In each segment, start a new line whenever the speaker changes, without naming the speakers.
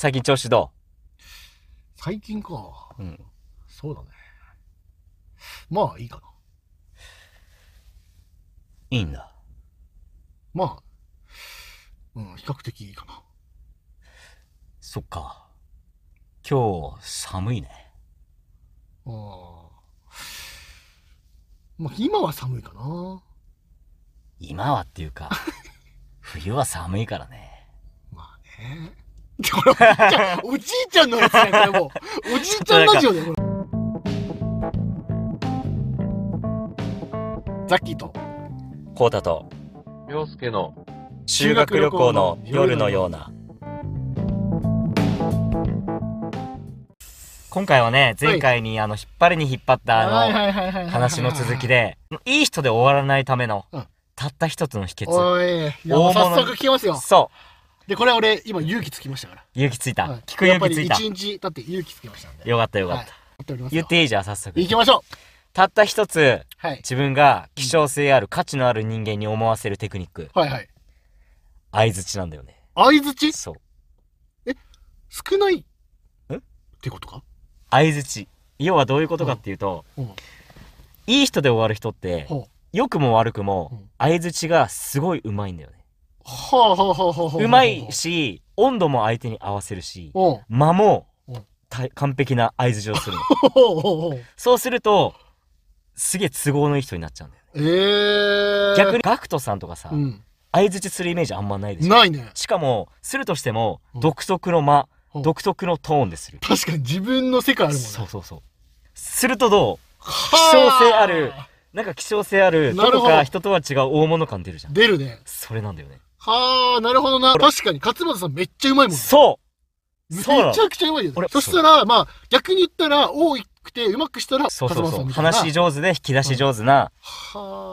最近調子ど
最近か。
ううん。
そうだね。まあいいかな。
いいんだ。
まあ、うん、比較的いいかな。
そっか。今日、寒いね。
あーまあ、今は寒いかな。
今はっていう か、冬は寒いからね。
まあね。 これおじいちゃん、おじいちゃんのやつね、これもう。おじいちゃんラジオだよ、これ。ザッキーと。
コータと、
洋介の
修学旅行の夜のような。今回はね、前回にあの、引っ張りに引っ張ったあの、
いはいはい
話の続き。で、いい人で終わらないための
うん、
たった一つの秘訣。
おい、いや
大物
早速聞きますよ。
そ
で、これ俺、今勇気つきましたから。
う、勇気ついた
はい。
聞く勇気ついた
やっぱ。り一日経って勇気つきましたんで。
よかったよかっ
はい
た。
やっておりますよ
言っていいじゃん、早速。
行きましょう
たった一つ、
はい。
自分が希少性ある価値のある人間に思わせるテクニック
はいはい。
相づちなんだよね
相づち
そう
少ないっ
え
てことか
相づち要はどういうことかっていうと、
うん。
いい人で終わる人って
ほう。
良くも悪く
う
も
ん
相づちがすごい上手いんだよね
はあはあはあはあはあ。
上手いし温度も相手に合わせるし
うん。ほ
間も
うん
た完璧な相づちをするの
うほうほうほう。
そうするとすげえ都合のいい人になっちゃうんだよね
ええ。
逆に GACKT さんとかさ
うん。
相づちするイメージあんまないでしょ
ないね。
しかもするとしても
うん
独特の間
うん
独特のトーンでする
確かに自分の世界あるもんね。
そうそうそう。するとど
希
希少性あるうなんか希少性ある、
なるほ
ど
ど
こか人とは違う大物感出るじゃん。
出るね。
それなんだよね。
はあ、なるほどな。確かに勝俣さんめっちゃうまいもんね。
そ
めち
そうなの
ゃくちゃうまいよね
俺。
そしたら、まあ、逆に言ったら、多くてうまくしたら、
うそうそう
勝
そう。
俣さんみたい
話し上手で引き出し上手な、
な。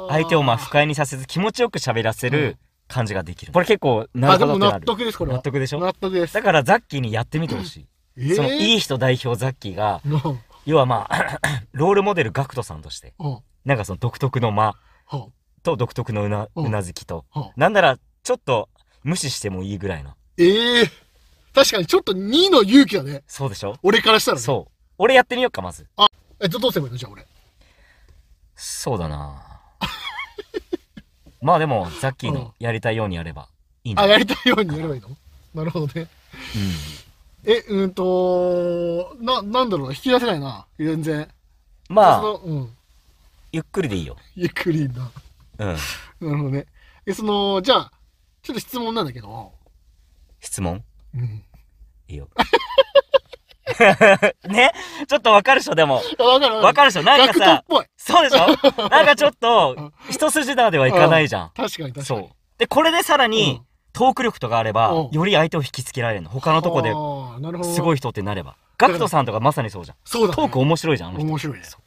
相手をまあ
深
不快にさせず気持ちよく喋らせ
う
る
ん
感じができる。これ結構、な
あ、
る
で
ほど
も
ってな
納
る。
得です、これは。
納得でしょ
納得です。
だからザッキーにやってみてほし
え
い。そのい
い。
い人代表ザッキーが、
な
要はまあ、 ロールモデルガクトさんとして、
うんは
なんかその独特の間
あ
と独特のうな、
うん
うなずきと、
はあ
なんならちょっと無視してもいいぐらいの。
ええ確かにちょっと2の勇気だね。
そうでしょ
俺からしたらね。
そう。俺やってみようか、まず。
え、どどうすればいいのじゃあ俺。
そうだな まあでも、ザッキー
うん
のやりたいようにやればいいんだ
あ、
よ。
やりたいようにやればいいのなるほどね。
うん
え、うーんとな、なんだろうな、引き出せないな。全然。
ま
そ
あ、
のうん。
ゆっくりでいいよ。
ゆっくりな。
うん。
なるほどね。え、その、じゃあ、ちょっと質問なんだけど。
質問
うん。
いいよ。 ねちょっとわかるでしょ、でも。
あわかる
わかるでしょなんか
学徒っ
さ、
ぽい。
そうでしょなんかちょっと、一筋縄ではいかないじゃ
確かに
ん。
確か
そ
に。
う。で、これでさら
う
に
ん、
トーク力とかあれば
う、ん
より相手を引きつけられるの。他のとこで、
ああ、なるほど。
すご
い。
い人ってなれば。ガクトさんとかまさにそうじゃん。
そうだ、ね。
トーク面白いじゃん、あの人。
面白いね
そ。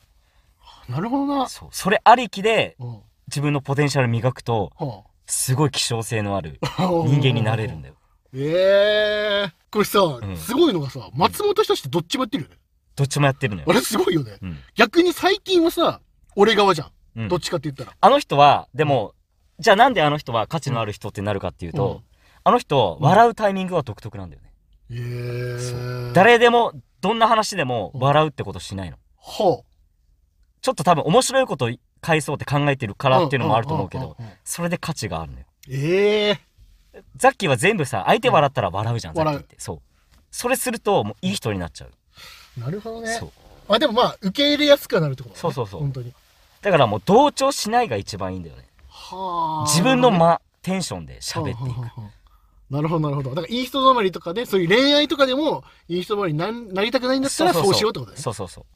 なるほどな。
そう。それありきで、
うん
自分のポテンシャル磨くと、
は
すごい希少性のある
あ
人間になれるんだよ。
ええこれさ、
ん
すごいのがさ、松本人志ってどっちもやってるよね。
どっちもやってるのよ
あ。れすごいよね。
うん。
逆に最近はさ、俺側じゃん。
うん
どっちかって言ったら。
あの人は、でも、じゃあなんであの人は価値のある人ってなるかっていうと、あの人、
うん
笑うタイミングは独特なんだよね。
ええ
誰でも、どんな話でも
うん
笑うってことしないの。
ほ
ちょっと多分面白いこと返そうって考えてるか
う。
らっていうのもあると思うけ
んん
ど、
うんうん。
それで価値があるのよ。
ええ
ザッキーは全部さ、相手笑ったら笑うじゃん、
う
ザ
ん
ッキーって。そう。それすると、もういい人になっちゃう。
なるほどね。
そう。
まあでもまあ、受け入れやすくはなるってことだね。
そうそうそう
本当に。
だからもう同調しないが一番いいんだよね。
はあ。
自分の間、テンションで喋っていく。
く。なるほど、なるほど。だから、いい人止まりとかで、そういう恋愛とかでも、いい人止まりになんなりたくないんだったら、そうしようってことだね。
そうそうそ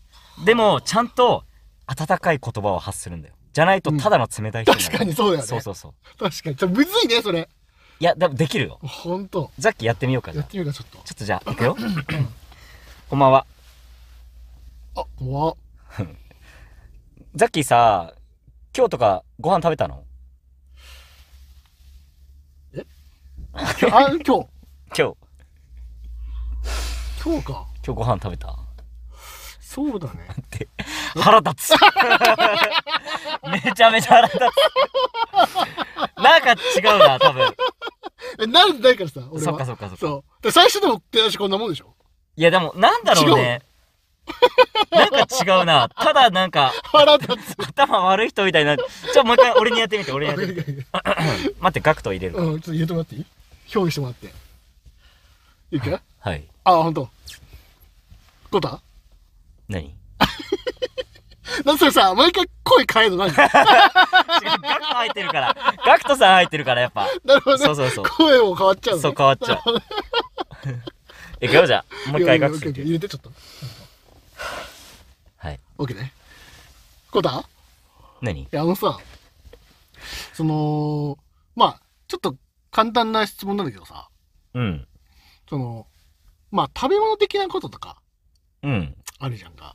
う。でも、ちゃんと温かい言葉を発するんだよ。じゃないと、ただの冷たい人になる。
確かにそうだよね。
そうそうそう。
確かに。ちょむずいね、それ。
いや、でもできるよ。
ほんと。
ザッキーやってみようか、じ
や
ゃ
っ
あ。
てみるか、ちょっ
ちょっとじゃあ、い くよ。こんばんは。
と。あ、怖っ
ザッキーさ、今日とかご飯食べたの
今日、あ、今
今日、
日。今日か。
今日ご飯食べた
そうだね。
腹 立つ。めちゃめちゃ腹立つ。なんか違うな、多分。
えなるんだからさ、俺
そっ
は
か。そっかそっか。
そう。だから最初でも手出しこんなもんでしょ
いやでも、なんだろうね。なんか違うな。ただなんか、
腹立つ。
頭悪い人みたいな。ちょ、もう一回俺にやってみて、俺にやってみて。待って、ガクト入れるわ。
うん、ちょっと入れてもらっていい表現してもらって。いいか
はい。
あ、ほんと。ゴタ
何
なんでそれさ、毎回声変えるの何
違う、ガクト入ってるから。ガクトさん入ってるから、やっぱ。
なるほどね。
そうそうそう
声も変わっちゃうのね
そう、変わっ ちゃう。いくよ、じゃあ。もう一回ガクト
入
入れる。
れて。入れてちょっと。
はい。
OK ね。ゴタ
何
いや、あのさ、その、まあ、ちょっと簡単な質問なんだけどさ、
うん。
その、まあ、食べ物的なこととか、
うん。
あるじゃんか。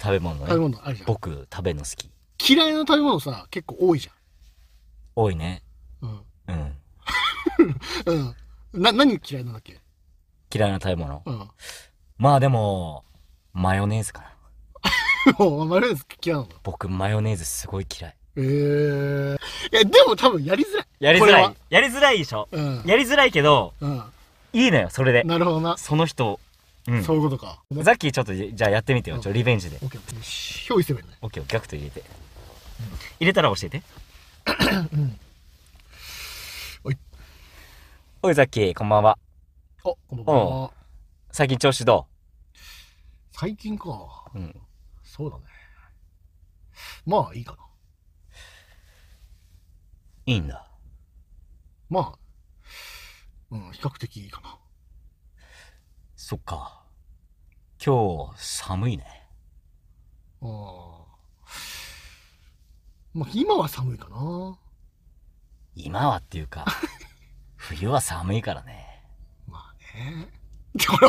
食べ物
食べ
ね。
物あるじゃん。
僕、食べるの好き。
嫌いな食べ物さ、結構多いじ
多いね。
ゃん。
うん。
うん。うん。な、何嫌いなんだっけ
嫌いな食べ物。
うん。
まあでも、マヨネーズかな。
もう、マヨネーズ嫌いなの
僕、マヨネーズすごい嫌い。
ええー。いや、でも多分やりづらい。
やり
こ
づ
れ
ら。
はい
やりづらいでしょ。
うん。
やりづらいけど、
う
いいのよ、それで
ん。。なるほどな。
その人、うん。
そういうことか。ね
ザッキーちょっと、じゃあやってみてよ。ちょ、リベンジで
オ。ッケー。よし表意すればいいね。
オッケー、ガクト入れて。入れたら教えて。
おい。
おい、ザッキー、こんばんは。
あ、こんばんは。
最近調子ど
最近か。
ううん。
そうだね。まあ、いいかな。
いいんだ。
まあ、うん、比較的いいかな。
そっか。今日、寒いね。
あーまあ、今は寒いかな。
今はっていう か、冬は寒いからね。
まあね。 これ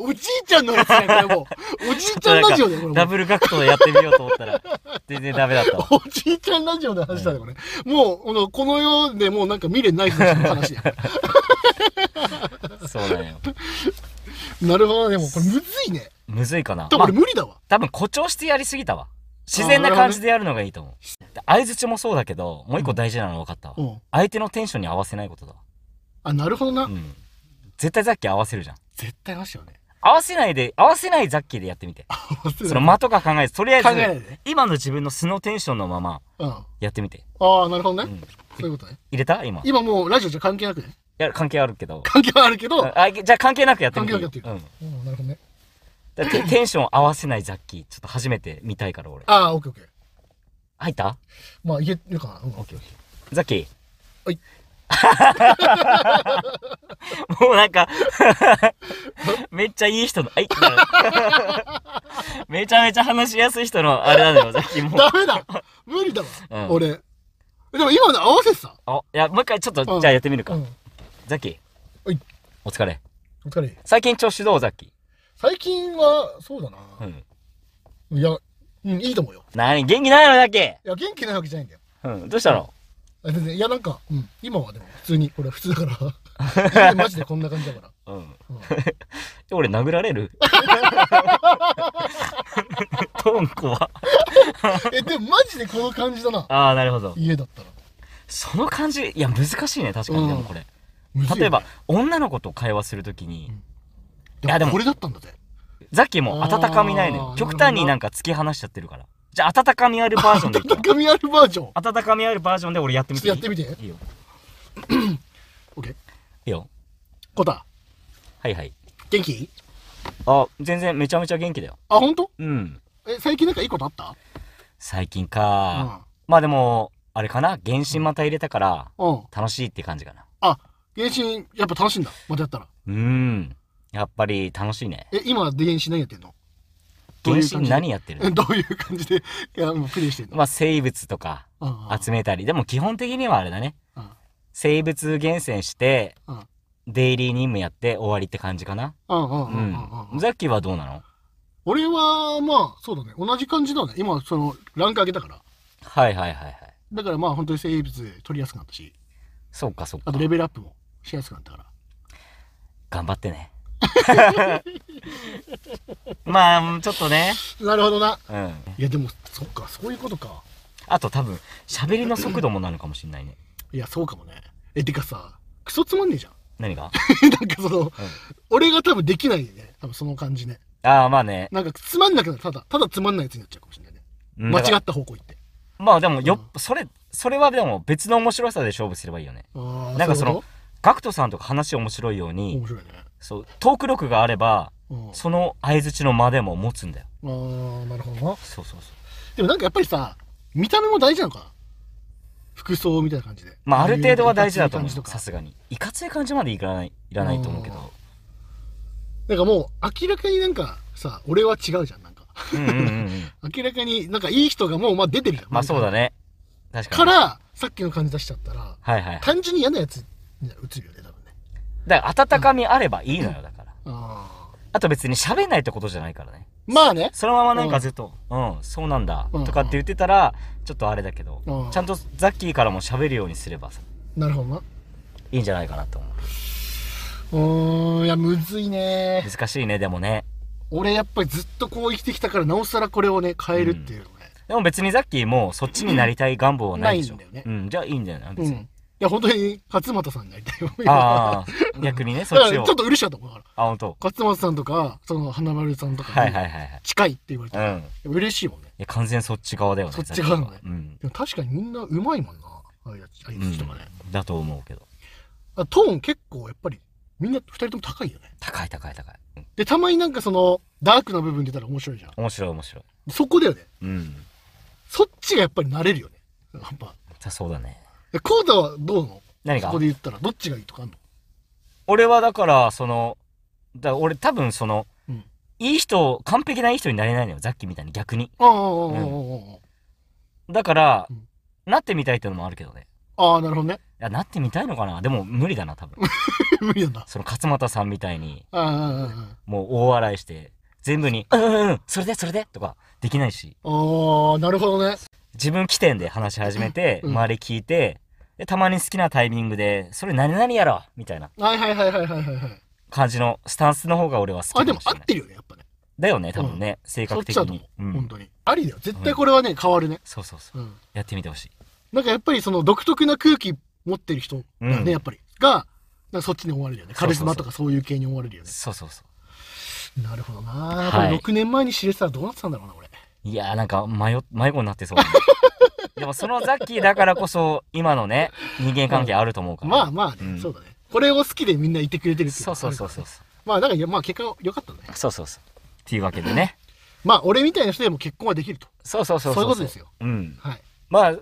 おじいちゃん、おじいちゃんのやつやん、これもう。おじいちゃんラジオだよ、これ
ダ
もう。
ブルガクトでやってみようと思ったら、全然ダメだったわ。
おじいちゃんラジオの話だよ、これ。もう、このこの世でもうなんか未練ない人たちの話だよ。
そうなんよ。
なるほどね、でもうこれむずいね。
むずいかな。
多
ま
分
あ
俺無理だわ。
多分誇張してやりすぎたわ。自然な感じでやるのがいいと思う。相づちもそうだけど、もう一個大事なの分かったわ。
うん。
相手のテンションに合わせないことだわ。
あ、なるほどな。
うん。絶対ザッキー合わせるじゃん。
絶対話したよね。
合わせないで、合わせないザッキーでやってみて。その間とか考えず、とりあ
考えない
えず、
でね。
今の自分の素のテンションのまま
うん。あ
やってみて。
あ、なるほど
う
ね。
ん。
そういうことね。
入れた今。い
今もうラジオじゃ関係なくね。
や、関係あるけど。
関係はあるけど。
あ、じゃあ関係なくやってみていい。
関係なくや
うん。
うん、なるほどね。
だってテンション合わせないザッキー、ちょっと初めて見たいから俺。
ああ、オッケーオッケー。
入った
まあ、言えるかな。うん
オッケーオッケー。ザッキー。
はい。
もうなんか、 めっちゃいい人の、はい。めちゃめちゃ話しやすい人の、あれなのよ、ザッキーもう。
ダメだ無理だわ、
うん
俺。でも今の合わせてさ。
あ、いや、もう一回ちょっ
う
と、
ん
じゃあやってみるか
う。ん。
ザッキー。
はい。
お疲れ。
お疲れ。
最近調子どう、ザッキ
最近は、そうだな。
ー。うん。
いや、うん、いいと思うよ。
なに、元気ないの、ザッキー。
いや、元気ないわけじゃないんだよ。
うん。どうしたの
あ全然、いや、なんか、うん、今はでも、普通に、これ普通だから。 家でマジでこんな感じだから。
うん。
うん
え俺殴られ るトーン怖
え、でもマジでこの感じだな。
ああ、なるほど。
家だったら。
その感じ、いや、難しいね、確かに、
うん
でもこれ。
むずいよ
例えば、女の子と会話するときに、いや
で
で
も
も
これだったんだぜ。
ザッキーも温かみないの
あ
よ
ー。
極端になんか突き放しちゃってるから。じゃあ、温かみあるバージョンでいくわ
温かみあるバージョン。
温かみあるバージョンで俺やってみていい
ちょっとやってみて
いいよ。
オッケー。
いいよ。
コタ、
はいはい。
元気
あ、全然めちゃめちゃ元気だよ。
あ、ほんと
うん。
え、最近なんかいいことあった
最近か。まあでも、あれかな原神また入れたから、
うん。うん。
楽しいって感じかな。
あ、原神、やっぱ楽しいんだ。またやったら。
うん。やっぱり楽しいね。
え、今、原神何やってんのどう
原
いう感
神
じ
何やってる
え どういう感じで、いや、もうプレイしてんの
まあ生物とか集
め。
めたり、でも基本的にはあれだね。
うん
生物厳選して
うん、
デイリー任務やって終わりって感じかな。
うんうん
う
うんうんうんうん
ん。ザッキーはどうなの
俺は、まあ、そうだね。同じ感じだね。今、その、ランク上げたから。
はいはいはいはい。
だからまあ、本当に生物取りやすくなったし、
そうかそう
あ
か
と。レベルアップもしやすくなったから。
頑張ってね。 まあ、ちょっとね。
なるほどな。
うん。
いや、でも、そっか、そういうことか。
あと多分、喋りの速度もなのかもしれないね。
いや、そうかもね。え、てかさ、クソつまんねえじゃん。
何が
なんかその、俺が多分できないよね。多分その感じね。
ああ、まあね。
なんかつまんなくなる。ただ、ただつまんないやつになっちゃうかもしれないね。
うん
間
だか
違
ら
った方向行って。
まあでもよ、
う
それ、それはでも別の面白さで勝負すればいいよね。
ああ、
なんかその
ういうこ、
ガクトさんとか話面白いよう
と
に、
面白いね。
そう、トーク力があれば、
うん、あ
その相槌の間でも持つんだよ。
あー、なるほどな。
そうそうそう。
でもなんかやっぱりさ、見た目も大事なのかな服装みたいな感じで。
まあ、ある程度は
ああい
大事だと思
い感じ
う。
か
さすがに。いかつい感じまでいらない、いらないと思うけど。
なんかもう明らかになんかさ、俺は違うじゃん、なんか。
うんうんうんうん。
明らかになんかいい人がもうまあ出てるじゃん。
まあそうだ
ね。
ね。確
か
かに。
ら、さっきの感じ出しちゃったら、
はいはいはい。
単純に嫌なやつに映るよね、多分ね。
だから温かみあればいいのよ、だから。
あ
あと別に喋んないってことじゃないからね。
ーまあね。
そのままなんかずっと、うん、そうなんだ
うん、
とかって言ってたら、ちょっとあれだけど
うん、
ちゃんとザッキーからも喋るようにすればさ、
なるほどな。
いいんじゃないかなと思う。
うーん、いや、むずいね。
難しいね、でもね。
俺やっぱりずっとこう生きてきたから、なおさらこれをね、変えるっていうのね。
でも別にザッキーもそっちになりたい願望はないでしょ。
ないんだよ
うん、じゃあいいんじゃない
うん。
別
い
に。
や、本当に勝俣さんになりたいよ。
ああ、 逆にね、
だ
そ
か
っち
ら
を
ちょっ。と嬉しかったもんだから。
あ、本当。
勝俣さんとか、その花丸さんとか、
はいはいはい
近いって言われて、
はい。うん。
嬉しいもんね。
いや完全そっち側だよね
そっち側なの
ザ
ね
ッキーはうん
でも確かにみんなうまいもんな、ああいうやつああいう人がね。
だと思うけど
あトーン結構やっぱり、みんな二人とも高いよね。
高い高い高いうん
で、たまになんかその、ダークな部分出たら面白いじゃん。
面白い面白い
そこだよね。
うん
そっちがやっぱり慣れるよね。やっぱ。
だそうだね
えコータはどうの
何
そ
が
こで言ったら、どっちがいいとかあんの
俺はだからそのだ俺多分その、
うん
いい人完璧ないい人になれないのよザッキーみたいに逆に
ああ、ああ、
だから、
うん
なってみたいっていうのもあるけどね
ああ、ああ、なるほどね。
いやなってみたいのかなでも無理だな多分
無理なんだ。
その勝俣さんみたいに
ああ、ああ、あ
もう大笑いして全部に「うんうんうんそれでそれで」とかできないし
あ、ああなるほどね。
自分起点で話し始めて、
うん
周り聞いてでたまに好きなタイミングで「それ何々やろ」みたいな
はいはいはいはいはいはいはい。
感じのスタンスの方が俺は好
あ、
きか
でも
もし
合
れ
っ
ない
てるよね、やっぱね。
だよね多分ね、性
そっ
格
ち
的
だと思
に、
う。
うん
本当に。ありだよ。絶対これはね、変わるね。
そうそうそう
うん。
やってみてほしい
なんかやっぱりその独特な空気持ってる人だね、
うん
やっぱり。が、なんかそっちに思われるよね。カ
そう
リ
そう
ス
そう
マとかそういう系に思われるよね。
そうそうそう
なるほどなやっ
は
ぱ
い
り6年前に知れてたらどうなってたんだろうな、俺。
いやーなんか迷迷子になって そうだねでもそのザッキーだからこそ今のね人間関係あると思うから、
まあまあ
う
ね、
ん
そうだね。これを好きでみんないてくれてるっていの
そうそう
はある
そ
か
う
ら
そう
まあだから、まあ結果良かったね。
そうそうそうっていうわけでね
まあ俺みたいな人でも結婚はできると。
そうそうそう
そういうことですよ。
うん
はい。
まあ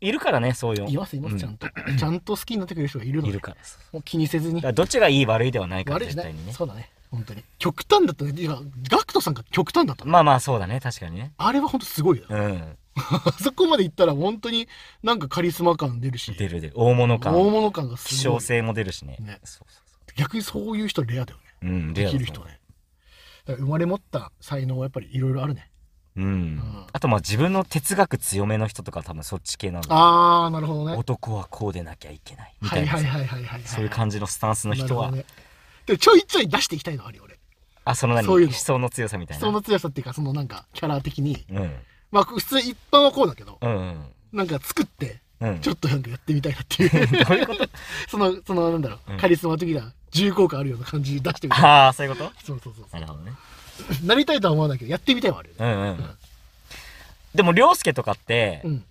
いるからねそういうの
いますいます、
うん
ちゃ んと。ちゃんと好きになってくれる人がいるの
い
で
る。からそう
もう気にせず
だ
に
か。らどっちがいい悪いではないから
悪いし
絶
な
対
い
にね
そうだね。本当に。極端だったね。いや、ガクトさんが極端だったね。
まあまあそうだね確かにね
あれは本当すごいよ。
うん
あそこまで行ったら本当になんかカリスマ感出るし、
出る出る大物感
大物感が
希
すご
少
い。
性も出るしね
ね
そうそうそ
逆にそういう人レアだよね。
ううん
で
レア
き
だ
る
と
人
思う
ね。だから生まれ持った才能はやっぱりいろいろあるね。
うん、
ん
あとまあ自分の哲学強めの人とか多分そっち系なんだ
あー、なるほどね。
男はこうでなきゃいけないみ
は
たい
い
な、
はいはいはいはいはい。
そういう感じのスタンスの人は、
なるほどねでもちょいちょい出していきたいのあるよ俺。
あその何
そういうの
思想の強さみたいな
その強さっていうか、そのなんかキャラ的に。
うんうん
まあ普通一般はこうだけど、
うん
なんか作って、
うん
ちょ
っ
っとなんかやってみたいなって い
と
う。
どういうこと
その、そのなんだろ
う
う、
ん
カリスマ的な重厚感あるような感じ出してみたい。
ああそういうこと
そうそうそうそ
なるほどね
う。なりたいとは思わないけど、やってみたいはあるよね。
うんうん、
ん
でも涼介とかって、
うん。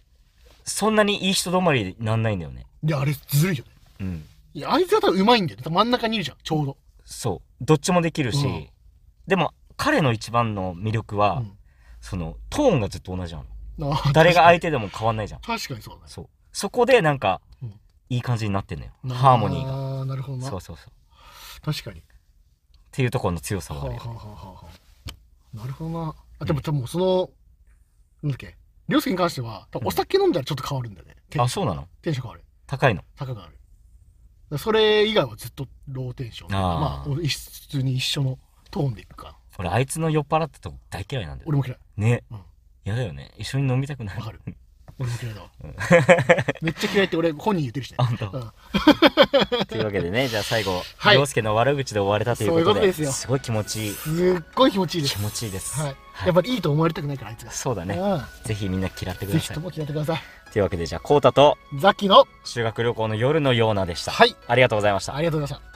そんなにいい人止まりになんないんだよね
いや、あれずるいよね。
うん
いや、あいつは多分うまいんだよね。真ん中にいるじゃん、ちょうど。
そうどっちもできるし、
うん
でも彼の一番の魅力は、
うん
そのトーンがずっと同じなの
ああ
誰が相手でも変わんないじゃん
確かにそうだね。
そうそこでなんか、
うん
いい感じになってんのよハーモニーが
が。ああ、なるほどな。
そうそうそう
確かに。
っていうところの強さは
はあ
あ
は
る
あ
よ、
はあはあ。なるほどな。あ、でも多分その、なんだっけ、りょうすけに関しては、多分お酒飲んだらちょっと変わるんだよね。テン
あそうなの
テンション変わる。
高いの
高くなる。だからそれ以外はずっとローテンション。
あー
まあ、俺一普通に一緒のトーンでいくか。
俺あいつの酔っ払ったとこ大嫌いなんだよ
俺も嫌い。
ね、
うん
嫌だよね一緒に飲みた くな
わ
る
かる。俺も嫌いだわ。めっちゃ嫌いって俺本人言ってるしね。
あんた
うん
というわけで ねじゃあ最後
はい
凌介の悪口で終われたということで
そういうことですよ
ごい気持ちいい
すっごい気持ちいいです
気。持ちいいです、
はい。やっぱりいいと思われたくないから、あいつが。
そうだね
うん
ぜひみんな嫌ってく
ぜ
だ
ひ
さい
とも聞いてください。
というわけでじゃあコウタと
ザッキーの、
修学旅行の夜のようなでした、
はい、
ありがとうございました
ありがとうございました。